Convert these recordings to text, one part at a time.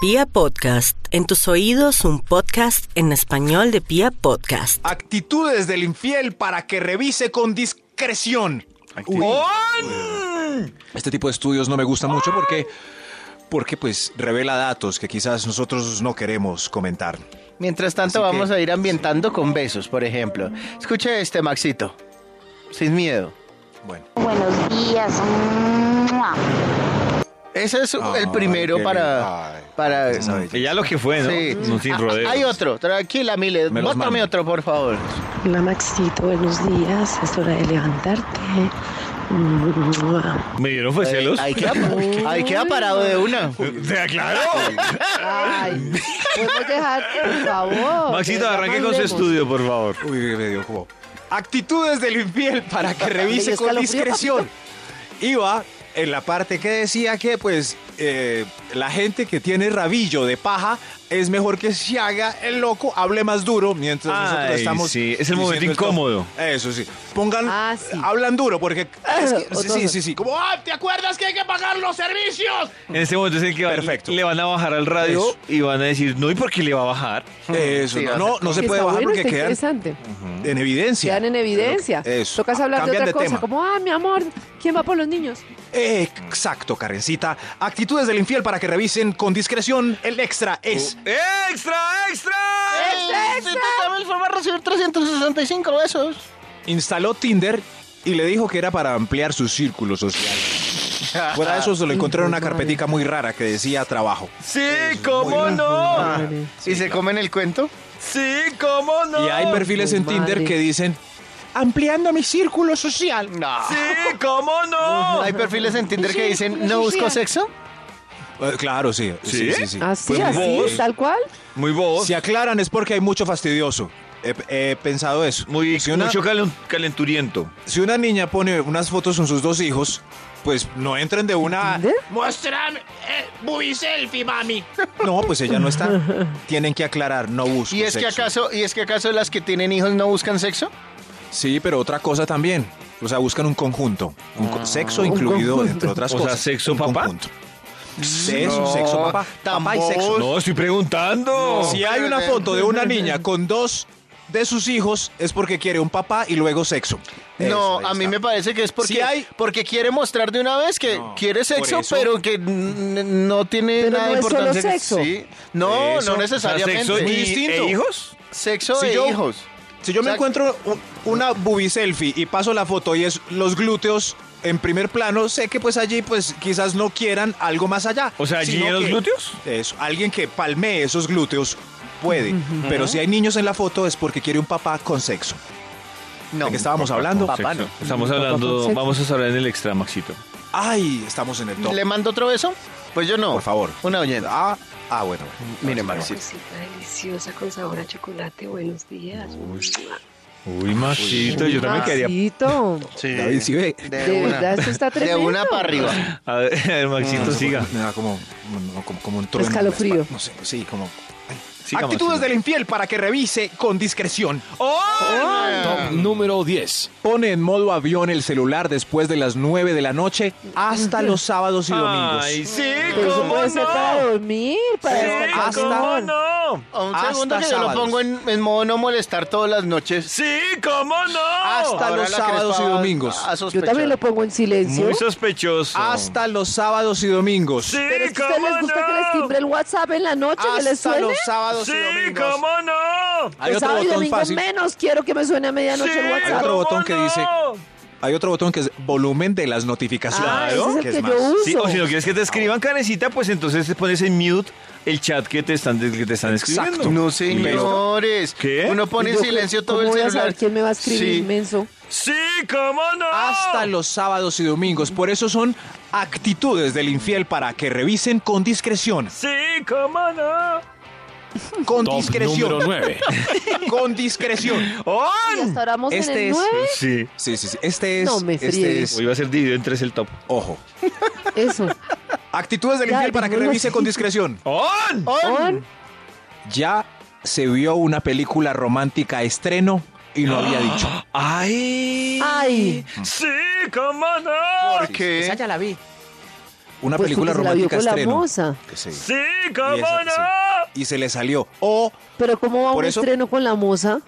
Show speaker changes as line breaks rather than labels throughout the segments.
Pia Podcast, en tus oídos un podcast en español de Pia Podcast.
Actitudes del infiel para que revise con discreción.
Actitud.
¡On!
Este tipo de estudios no me gusta mucho porque, porque pues revela datos que quizás nosotros no queremos comentar.
Mientras tanto,
Así que-
vamos a ir ambientando con besos, por ejemplo. Escuche este, Maxito. Sin miedo.
Bueno,
Buenos días. Mua.
Ese es
Ay,
el primero
qué
para.
bien. Ay,
para
qué maravilla.
Y ya lo que fue, ¿no?
Sí.
No, sin
Ah,
rodeos.
hay otro, tranquila, Mile.
Me los
Bótame
manda.
otro, por favor.
Hola Maxito, buenos días, es hora de levantarte. Mua.
Me dieron fue Pues, celos.
Ahí queda, ahí queda parado de una.
O sea, claro.
Ay, podemos dejar, por favor.
Maxito,
Ya
arranque con su
hablemos.
estudio, por favor.
uy, me dio como...
Actitudes del infiel para que revise
dio
con
escalofrío,
discreción.
Iba en la parte que decía que pues eh, la gente que tiene rabillo de paja es mejor que se haga el loco, hable más duro mientras
Ay,
nosotros estamos...
sí, es el momento
diciendo esto.
incómodo.
Eso sí. Pongan...
Ah, sí. Ah,
Hablan duro porque... es que-
Otra
sí,
cosa.
sí, sí.
Como, "Ah, ¿te acuerdas que hay que pagar los servicios?
En este momento es el que va-
Perfecto.
le van a bajar al radio
Eso.
y van a decir, no, ¿y por qué le va a bajar?
Eso,
Sí,
no, no, no se
Está
puede bajar
bueno,
porque
está
quedan
interesante.
en evidencia.
Quedan en evidencia.
Eso.
Tocas hablar de
Cambian
otra
de
cosa,
tema.
como, ah, mi amor, ¿quién va por los niños?
Exacto, Karencita. Actitudes del infiel para que revisen con discreción. El extra es.
Oh,
Eh.
¡Extra, extra!
También va a recibir 365 besos.
Instaló Tinder y le dijo que era para ampliar su círculo social. Fuera de eso, se lo encontré en una carpetica muy rara que decía trabajo.
Sí, ¿cómo
muy
no?
Ah, ¿Y se comen el cuento?
Sí, ¿cómo Oh, no?
Y hay perfiles en
Madre.
Tinder que dicen ampliando mi círculo social.
No.
Sí, ¿cómo no?
Hay perfiles en Tinder que dicen, no busco sexo.
Eh, claro, sí. Sí,
¿Sí?
sí, sí.
Así,
Pues
Ah, así,
vos.
tal cual.
Muy bobo.
Si aclaran es porque hay mucho fastidioso. He, he pensado eso.
Muy,
Si una-
mucho calen- calenturiento.
si una niña pone unas fotos con sus dos hijos, pues no entren de una.
¿Entendés?
Muéstrame, eh, booby selfie, mami.
No, pues ella no está. Tienen que aclarar, no busco.
¿Y es, que
sexo.
acaso, ¿Y es que acaso las que tienen hijos no buscan sexo?
Sí, pero otra cosa también. O sea, buscan un conjunto. Un
Ah.
co- sexo incluido, entre otras
O sea,
cosas.
¿sexo
un
papá?
conjunto. Sexo,
No,
sexo papá.
tan
Papá y sexo.
bobo.
No, estoy preguntando.
Si hay una foto de una niña con dos de sus hijos, es porque quiere un papá y luego sexo. Eso,
No,
ahí
a mí
está.
me parece que es porque,
Sí hay.
porque quiere mostrar de una vez que
No,
quiere sexo,
por eso.
pero que n- no tiene
Pero
nada
no es solo
importante.
sexo.
Sí. No,
Eso,
no
O sea,
necesariamente.
sexo
Muy
y-
distinto.
e hijos?
Sexo
Si
de
yo-
hijos.
Si yo me
O sea-
encuentro un- una boobie selfie y paso la foto y es los glúteos en primer plano, sé que pues allí pues quizás no quieran algo más allá.
O sea, ¿allí
sino
en los
que-
glúteos?
Eso, alguien que palmee esos glúteos puede, pero si hay niños en la foto es porque quiere un papá con sexo.
No.
¿De qué estábamos hablando?
Papá no.
Estamos
Papá
hablando,
Fonseca.
vamos a hablar en el extra, Maxito.
Ay, estamos en el top.
¿Le mando otro beso? Pues yo no.
Por favor.
Una oyente.
Ah, ah, bueno. bueno.
Mire,
Ahora sí
Maxi.
me
Cosita deliciosa con sabor a chocolate, buenos días. Mua.
Uy, Maxito, yo también quería.
Maxito,
Sí.
David, sí ve.
de verdad, esto está
De
tremendo.
una para arriba.
A ver, Maxito,
acuerdo.
siga.
Ah, Me da como, como, como- como un trueno. en la
Escalofrío.
espalda. No sé, sí, como...
siga
Actitudes
Maxito.
del infiel para que revise con discreción.
Número 10.
¡Oh! Pone en modo avión el celular después de las 9 de la noche hasta los sábados y domingos.
Ay, sí,
Pero eso
¿cómo
puede
no?
ser para dormir, para
Sí,
descansar.
hasta-
¿cómo no?
Un
Hasta
segundo que yo lo
sábados.
pongo en, en modo no molestar todas las noches.
Sí, ¿cómo no?
Hasta
Ahora
los
la Crespa
sábados y
va a-
domingos.
a sospechar.
Yo también lo pongo en silencio.
Muy sospechoso.
Hasta los sábados y domingos.
Sí,
Pero es que a
¿cómo
ustedes les gusta
no?
que les timbre el WhatsApp en la noche, que les
Hasta
suene.
los sábados y
Sí,
domingos.
¿cómo no?
Hay
El
otro
sábado y
botón
domingo
fácil.
menos quiero que me suene a medianoche el
Hay
Sí,
WhatsApp.
otro
¿cómo
botón que
no?
dice- Hay otro botón que es volumen de las notificaciones.
Ah, ese es el
que
que,
es
yo
más.
uso.
Sí, o si no quieres que te escriban, Karencita, pues entonces te pones en mute el chat que te están, que te están escribiendo.
No, señores.
¿Qué?
Uno pone en
Yo,
silencio todo
¿cómo
el
voy a
celular.
saber quién me va a escribir,
Sí.
menso?
Sí, ¿cómo no?
Hasta los sábados y domingos. Por eso son actitudes del infiel para que revisen con discreción.
Sí, ¿cómo no?
Con
Top número
discreción.
9.
Con discreción.
¡Oh!
Y hasta ahora vamos en
Este
el
es-
9.
Sí.
Sí, sí, sí. Este es.
No me
este
friegues.
es.
Hoy va a ser dividido en tres el top.
Ojo.
Eso.
Actitudes del
Ya,
infiel para que
digámoslo
revise
así.
con discreción.
¡On!
On.
Ya se vio una película romántica a estreno y no había dicho.
¡Ay!
Ay.
Sí, ¿cómo no?
¿Por qué?
ya la vi. una
Pues
película
porque se la vio
romántica
con la
estreno.
moza.
Sí.
Sí,
Y,
cómo
esa-
no.
sí. Y se le salió. O,
Pero ¿cómo va
Por
un
eso-
estreno con la moza?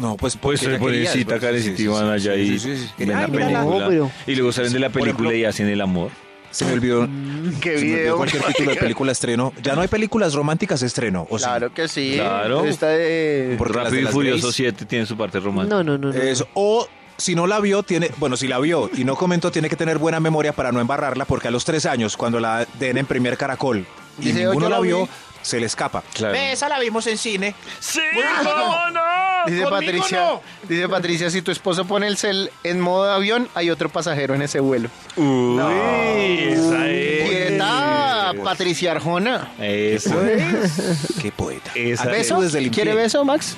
no, pues. porque
Pues se
ella
ponen
quería,
cita,
pues, sí,
Karencita,
sí,
y van
sí,
allá
sí,
y
sí, sí, Ah,
ven
quería,
la
"Ay, mírala".
No,
película.
pero-
Y luego salen de la
Por
película
ejemplo-
y hacen el amor.
Se me olvidó.
Qué
se me olvidó
video.
cualquier título de película estreno. Ya no hay películas románticas estreno. O sea,
Claro que sí.
Claro.
Esta de...
Porque las de
Rápido y
las
Furioso
Grace-
7 tiene su parte romántica.
No, no, no. no.
Eso. O si no la vio, tiene, bueno, si la vio y no comentó, tiene que tener buena memoria para no embarrarla, porque a los tres años, cuando la den en primer caracol y
Dice,
ninguno
"Yo la
la vio,
vi".
se le escapa.
Claro.
"Ve, Esa la vimos en cine.
¡Sí,
Bueno,
cómo no!
Dice
conmigo
Patricia,
no.
dice Patricia, si tu esposo pone el cel en modo avión, hay otro pasajero en ese vuelo.
Uy, esa
Eh.
Quieta, Patricia Arjona.
Eso es.
Qué poeta.
Esa
Beso
¿Beso?
desde el
¿Quiere
infierno.
beso, Max?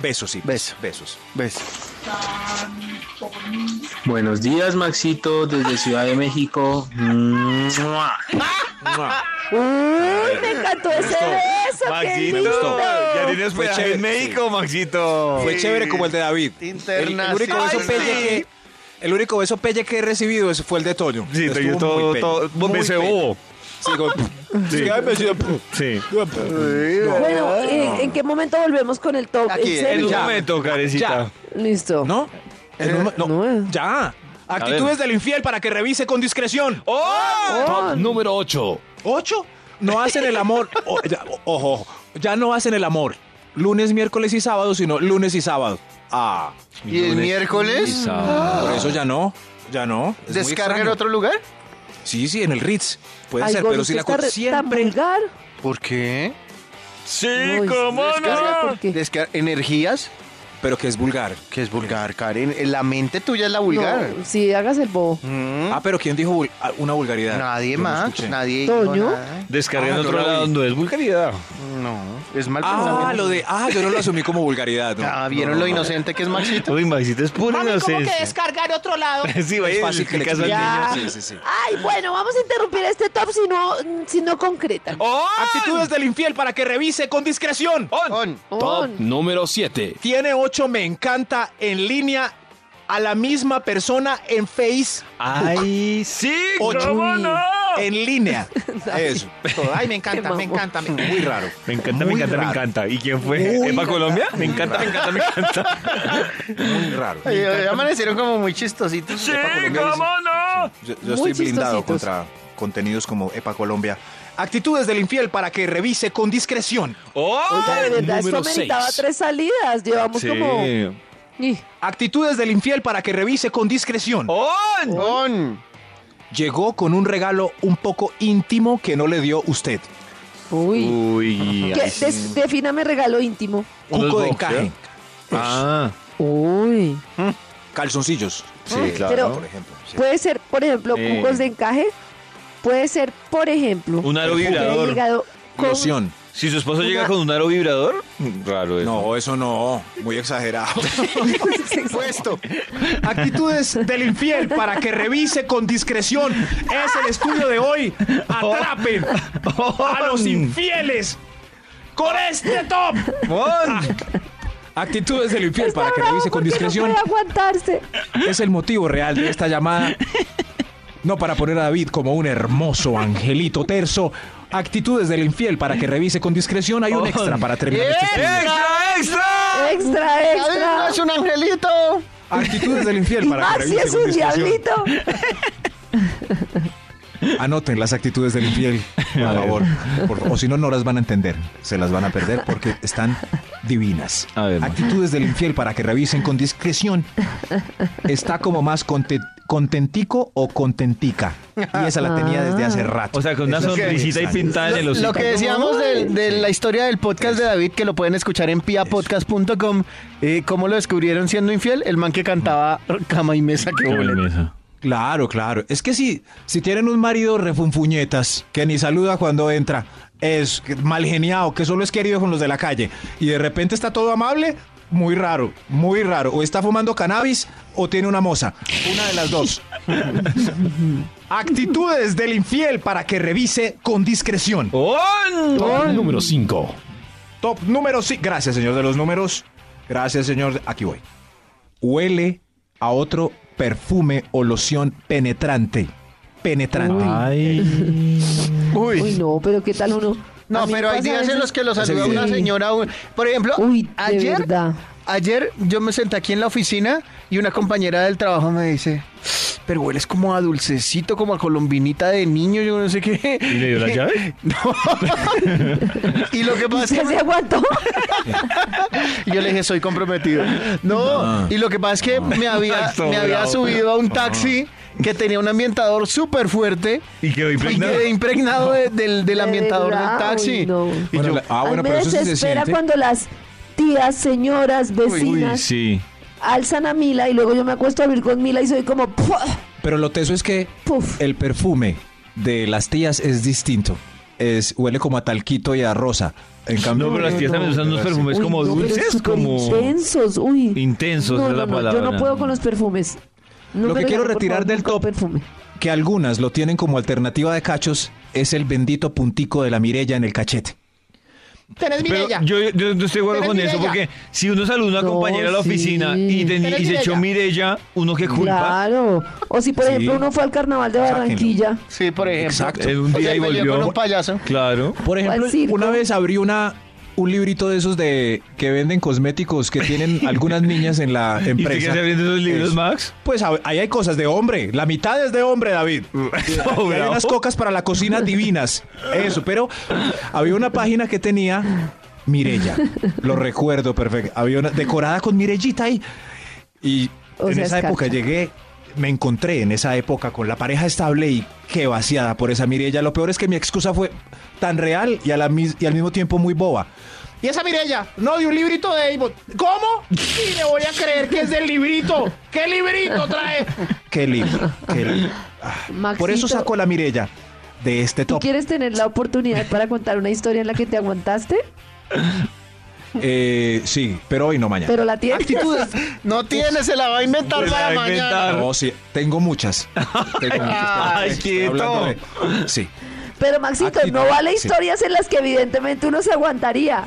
Besos, sí.
Beso.
Besos.
Beso.
Buenos días, Maxito, desde Ciudad de México. ¡Mua!
¡Uy, me encantó ese beso! ¡Qué
Maxito,
lindo!
ya tienes
Fue
hospedaje en
chévere,
México, Maxito.
Fue chévere como el de David. El, el
Internacional.
único beso
Ay,
pelle
sí.
que... El único beso pelle que he recibido es- fue el de Toño.
Sí,
Estuvo
estoy
muy
todo,
pelle,
todo,
muy
me
pelle.
cebó.
Sí, con-
Sí.
Sí, ay, me siento-
Sí.
Bueno, eh, ¿en qué momento volvemos con el top?
Aquí,
¿En
En
serio?
un momento, carecita.
Oh.
Listo.
¿No? En un- no.
no, eh.
Ya. Actitudes del infiel para que revise con discreción.
¡Oh!
Oh,
Número 8.
Ocho, no hacen el amor. O- ya, o- ojo, ojo. ya no hacen el amor. Lunes, miércoles y sábado, sino lunes y sábado. Ah,
¿Y el
Lunes
miércoles?
y sábado.
por eso ya no. Ya no. Es muy
¿Descarga en
extraño.
otro lugar?
Sí, sí, en el Ritz. Puede
ay,
ser,
Gordo,
pero si
usted
la
está
co-
re- tan
siempre.
vulgar.
¿Por qué?
Sí,
Uy,
cómo
descarga
no.
por- ¿Qué?
Descar- ¿Energías?
Pero que es vulgar.
Que es vulgar, Karen. Eh, La mente tuya es la vulgar.
No, sí, hagas el bobo.
Mm.
Ah, pero ¿quién dijo vul- ah, una vulgaridad?
Nadie
Yo no
más.
escuché.
Nadie. dijo
¿Toño?
nada.
Descarga
Ah,
en
yo
otro
la vi.
lado no es vulgaridad.
No. Es mal
Ah,
pensamiento.
lo de. Ah, yo no lo asumí como vulgaridad. ¿no?
Ah, ¿vieron
No, no,
lo
no.
inocente que es Maxito?
Uy, Maxito, es pura inocencia.
descargar otro lado?
Sí, vaya,
Es fácil que le
explicas al
explique.
niño.
Sí, sí, sí.
Ay, bueno, vamos a interrumpir este top si no, si no concretan.
¡Oh!
Actitudes del infiel para que revise con discreción.
On.
Top
Oh,
On.
número 7.
Tiene ocho me encanta en línea a la misma persona en Face
¡Ay, sí!
Ocho.
¡Cómo no!
en línea. Eso. Ay, me
Qué mamón.
me- Muy raro.
Me encanta, me
Muy
encanta, me
raro.
encanta. ¿Y quién fue?
Muy
¿Epa
raro.
Colombia? Me encanta, me encanta, me encanta.
Muy raro.
Ay, ay, amanecieron como muy chistositos. Epa, Colombia.
no!
Yo, yo
Muy
estoy blindado
chistositos.
contra contenidos como Epa Colombia. Actitudes del infiel para que revise con discreción.
¡Oh!
Oiga, de verdad, esto
número
meritaba
seis.
tres salidas. Llevamos
Sí.
como... Ih,
Actitudes del infiel para que revise con discreción.
¡On!
On.
Llegó con un regalo un poco íntimo que no le dio usted.
Uy.
Uy,
¿Qué?
ay, sí.
Des- defíname regalo íntimo.
Unos
Cuco de
boxers.
encaje.
Ah,
Uy.
Calzoncillos,
sí,
pero-
claro.
por ejemplo. sí.
Puede ser, por ejemplo,
Eh.
cucos de encaje. Puede ser, por ejemplo...
Un aro
que haya
vibrador.
llegado con-
Loción.
Si su esposo
Una-
llega con un aro vibrador, raro eso.
Pues No, eso no, muy exagerado.
Puesto.
Actitudes del infiel para que revise con discreción. Es el estudio de hoy. Atrapen a los infieles con este top. Ah. Actitudes del infiel para que
Bravo,
revise con
porque
discreción.
No puede aguantarse.
Es el motivo real de esta llamada. No para poner a David como un hermoso angelito terso. Actitudes del infiel para que revise con discreción. Hay un
Oh,
extra para terminar este estudio.
¡Extra, extra!
Extra,
David no
extra.
es un angelito.
Actitudes del
Y
infiel para que
más si
revise
Ah, es
con
un
discreción.
diablito.
Anoten las actitudes del infiel, por favor. Por favor. O si no, no las van a entender. Se las van a perder porque están divinas.
A ver, Max.
actitudes del infiel para que revisen con discreción. Está como más conte- contentico o contentica. Y esa la tenía desde hace rato.
Ah. O sea, con una
Eso es
sonrisita y
extraño.
pintada en el
Lo,
hocico.
lo que decíamos del- de, la historia del podcast de David, que lo pueden escuchar en piapodcast.com, eh, ¿cómo lo descubrieron siendo infiel? El man que cantaba Cama y Mesa, que boleto.
Claro, claro. Es que si, si tienen un marido refunfuñetas que ni saluda cuando entra, es mal geniado, que solo es querido con los de la calle, y de repente está todo amable, muy raro, muy raro. O está fumando cannabis o tiene una moza. Una de las dos. Actitudes del infiel para que revise con discreción.
¡On!
Top número 5.
Top número 5. Gracias, señor de los números. Gracias, señor. Aquí voy. Huele a otro perfume o loción penetrante penetrante.
Uy.
Uy, no, pero ¿qué tal uno? A
No,
mí me
pero hay
pasa a
días en
veces-
los que lo
Sí.
saluda una señora. u- Por ejemplo,
Uy, de
ayer,
verdad.
ayer yo me senté aquí en la oficina y una compañera del trabajo me dice, pero hueles como a dulcecito, como a colombinita de niño, yo no sé qué. ¿Y
le dio la llave?
No. y lo que pasa es que
¿Usted se aguantó?
y yo le dije, soy comprometido. No, y lo que pasa es
Ah.
que me había, me había subido a un taxi que tenía un ambientador súper fuerte
Y quedó
y
impregnado.
quedé impregnado de- del, del
¿De
ambientador del
verdad?
taxi.
Uy, no.
Y
Bueno,
yo,
la- ah, bueno,
a mí me
pero eso sí se
desespera
siente.
cuando las tías, señoras, vecinas
sí.
alzan a Mila y luego yo me acuesto a vivir con Mila y soy como... ¡puf!
Pero lo teso es que
Puf.
el perfume de las tías es distinto. Es, huele como a talquito y a rosa. En cambio,
No, pero las tías también usan unos perfumes
Uy,
como
no, pero es
dulces,
súper
como
Intensos, uy.
intensos
no,
es la
no, no,
palabra.
Yo no puedo con los perfumes. No
Lo
me
que quiero
regalen, por
retirar
favor,
del
nunca
top.
Perfume.
que algunas lo tienen como alternativa de cachos, es el bendito puntico de la Mirella en el cachete.
Pero yo, yo no estoy de acuerdo con eso porque si uno saluda a una
No,
compañera a la
sí.
oficina y, teni- y se echó Mirella, uno que culpa.
Claro. O si, por
Sí.
ejemplo, uno fue al carnaval de
Sáquenlo.
Barranquilla.
sí, por ejemplo.
Exacto.
En un
O
día
se
y
peleó con
volvió.
un payaso.
Claro.
Por ejemplo,
¿Cuál circo?
una vez abrí una un librito de esos de que venden cosméticos que tienen algunas niñas en la
¿Y usted qué
empresa.
hace abriendo esos libros,
Eso.
Max?
Pues a- ahí hay cosas de hombre, la mitad es de hombre, David.
No,
Y hay
bravo.
unas cocas para la cocina divinas. Eso, pero había una página que tenía Mirella. Lo recuerdo perfecto. Había una decorada con Mirellita ahí. Y
O
en
sea,
esa época
escarcha.
llegué, me encontré en esa época con la pareja estable y qué vaciada por esa Mirella. Lo peor es que mi excusa fue tan real y, a la mis- y al mismo tiempo muy boba. Y esa Mirella, no, de un librito de Avon. ¿Cómo? Sí, le voy a creer que es del librito. ¿Qué librito trae? ¿Qué libro? ¿Qué libro? Ah, Por eso
Maxito.
saco la Mirella de este
¿Tú
top.
quieres tener la oportunidad para contar una historia en la que te aguantaste?
Eh, sí, pero hoy no mañana.
Pero la tienes.
Actitudes. No tiene, se la va a inventar
Se la
para
va a
mañana.
inventar.
No, Oh, sí, tengo muchas. Tengo muchas.
Ay,
Estoy hablando
quieto.
de- Sí.
Pero Maxito,
Actitud,
no vale
sí.
historias en las que evidentemente uno se aguantaría.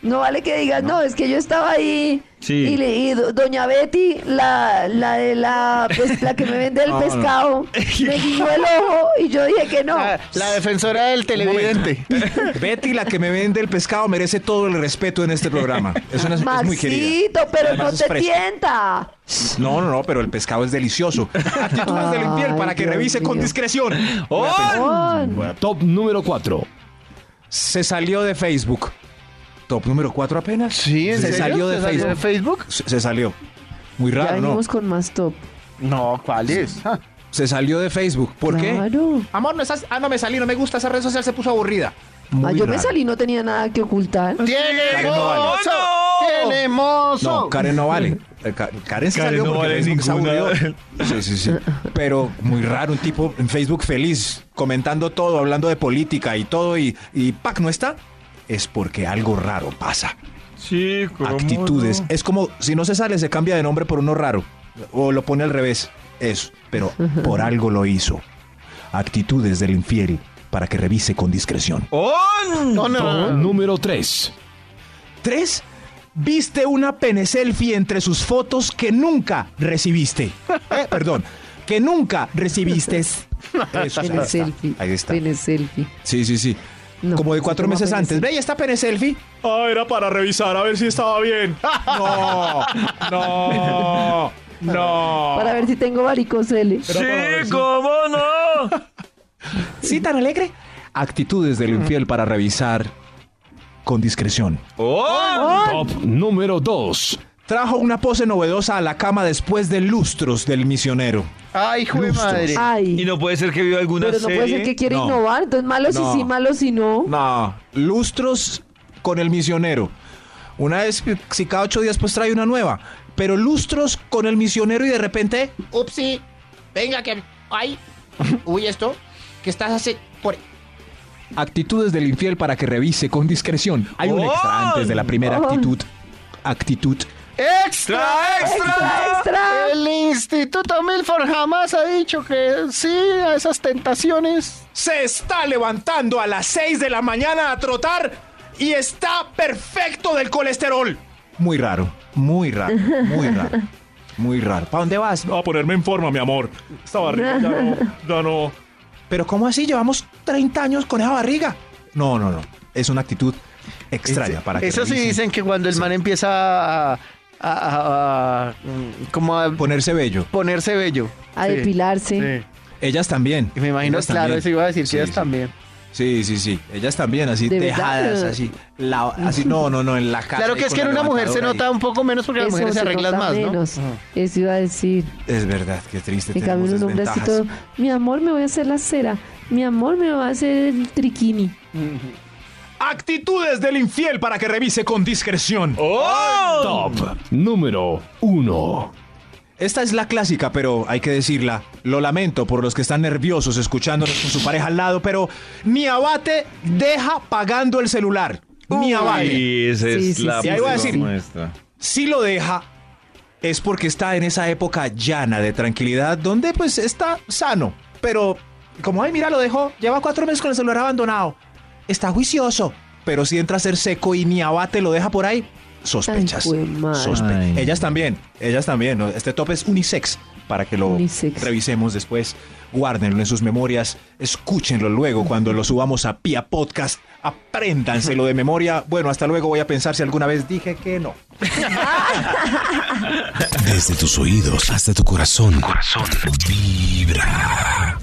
No vale que digas, no, es que yo estaba ahí
Sí.
y, le- y do- doña Betty, la, la de la, pues, la que me vende el pescado, me guiñó el ojo y yo dije que no.
Ah,
La, la defensora del televidente.
Betty, la que me vende el pescado, merece todo el respeto en este programa. Es, una, es muy querida.
Maxito, pero
Además,
no
es
te
fresca.
tienta.
No, no, no, pero el pescado es delicioso. Actitudes del infiel para que
Dios
revise con
mío.
discreción.
Con-
Top número 4.
Se salió de Facebook. Top número 4 apenas.
Sí, ¿en
se
serio?
salió de
¿Se
Facebook.
salió de Facebook?
Se, se salió. Muy
Ya
raro, ¿no?
venimos con más top.
No, ¿cuál es? Ah,
Se salió de Facebook. ¿Por qué?
Claro.
Amor, no estás. Ah, no me salí, no me gusta esa red social, se puso aburrida.
Ah,
Muy
yo me
raro.
salí, no tenía nada que ocultar.
¡Tiene
Karen no vale.
mozo! ¡Tiene mozo!
No, Karen no vale. Eh, Ka- Karen se
Karen
salió
no
porque
vale
Facebook es
ninguna.
aburrido. Sí, sí, sí. Pero muy raro, un tipo en Facebook feliz, comentando todo, hablando de política y todo, y, y Pac no está. Es porque algo raro pasa.
Sí, cómo
Actitudes.
no.
Es como si no se sale, se cambia de nombre por uno raro. O lo pone al revés. Eso. Pero por algo lo hizo. Actitudes del infiel para que revise con discreción.
¡Oh! ¡On!
No, no,
Top
no.
número 3.
3. Viste una pene selfie entre sus fotos que nunca recibiste. Eh, perdón, que nunca recibiste. Eso,
En
ahí
el
está,
selfie.
Ahí está.
En el selfie.
Sí, sí, sí.
No,
Como de
no
cuatro
toma
meses
pene
antes.
selfie.
Ve, ¿y esta pene selfie? Ah, era para revisar a ver si estaba bien. No, no, no.
Para ver si tengo varicocele.
Sí, cómo no.
Sí, tan alegre. Actitudes del infiel para revisar con discreción.
¡Oh! ¡On!
¡Oh!
Top número 2.
Trajo una pose novedosa a la cama después de lustros del misionero.
¡Ay, hijo de madre!
Ay.
Y no puede ser que vio alguna
Pero no
serie.
puede ser que quiera
No.
innovar, entonces malo
No.
si sí, malo si no.
No, lustros con el misionero. Una vez, si cada ocho días, pues trae una nueva. Pero lustros con el misionero y de repente,
Upsi, venga que... ¡Ay! Uy, esto, que estás hace... Por...
actitudes del infiel para que revise con discreción. Hay un
¡Oh!
extra antes de la primera
¡Oh!
actitud. Actitud.
¡Extra!
¡Extra, extra!
¡Extra!
El Instituto Milford jamás ha dicho que sí a esas tentaciones.
Se está levantando a las seis de la mañana a trotar y está perfecto del colesterol. Muy raro, muy raro, muy raro. Muy raro. ¿Para dónde vas?
A ponerme en forma, mi amor. Estaba rico, ya no, ya no.
pero ¿cómo así? Llevamos 30 años con esa barriga. No, no, no. Es una actitud extraña para que
Eso sí
revisen.
dicen que cuando el man empieza a, a- a- a- como a
Ponerse bello.
ponerse bello.
A
Sí,
depilarse.
sí.
Ellas también.
Y me imagino,
Ellas
claro,
también.
eso iba a decir
Sí,
que ellas
sí.
también.
Sí, sí, sí. Ellas también, así
¿De verdad?
tejadas, así. la- así, no, no, no, en la cara.
Claro que es que en una mujer se nota un poco menos porque las
Eso
mujeres se arreglan
nota
más, ¿no?
menos. Eso iba a decir.
Es verdad, qué triste.
En cambio,
tenemos
un hombre así todo,
desventajas.
mi amor, me voy a hacer la cera. Mi amor, me va a hacer el triquini.
Actitudes del infiel para que revise con discreción.
Top número 1.
¡Oh! Esta es la clásica, pero hay que decirla. Lo lamento por los que están nerviosos escuchándonos con su pareja al lado, pero ni abate deja pagando el celular. Ni abate.
Y esa
Sí,
es
sí,
la
sí,
Y ahí voy a
prueba
decir-
nuestra.
Si lo deja, es porque está en esa época llana de tranquilidad, donde pues está sano. Pero como, ay, mira, lo dejó, lleva cuatro meses con el celular abandonado. Está juicioso, pero si entra a ser seco y ni abate lo deja por ahí, sospechas.
Ay, jue madre.
Sospe-
Ay.
Ellas también, ellas también. ¿no? Este top es unisex para que lo
Unisex.
revisemos después. Guárdenlo en sus memorias, escúchenlo luego cuando lo subamos a Pia Podcast. Apréndanselo de memoria. Bueno, hasta luego voy a pensar si alguna vez dije que no.
Desde tus oídos hasta tu corazón. Corazón. Vibra.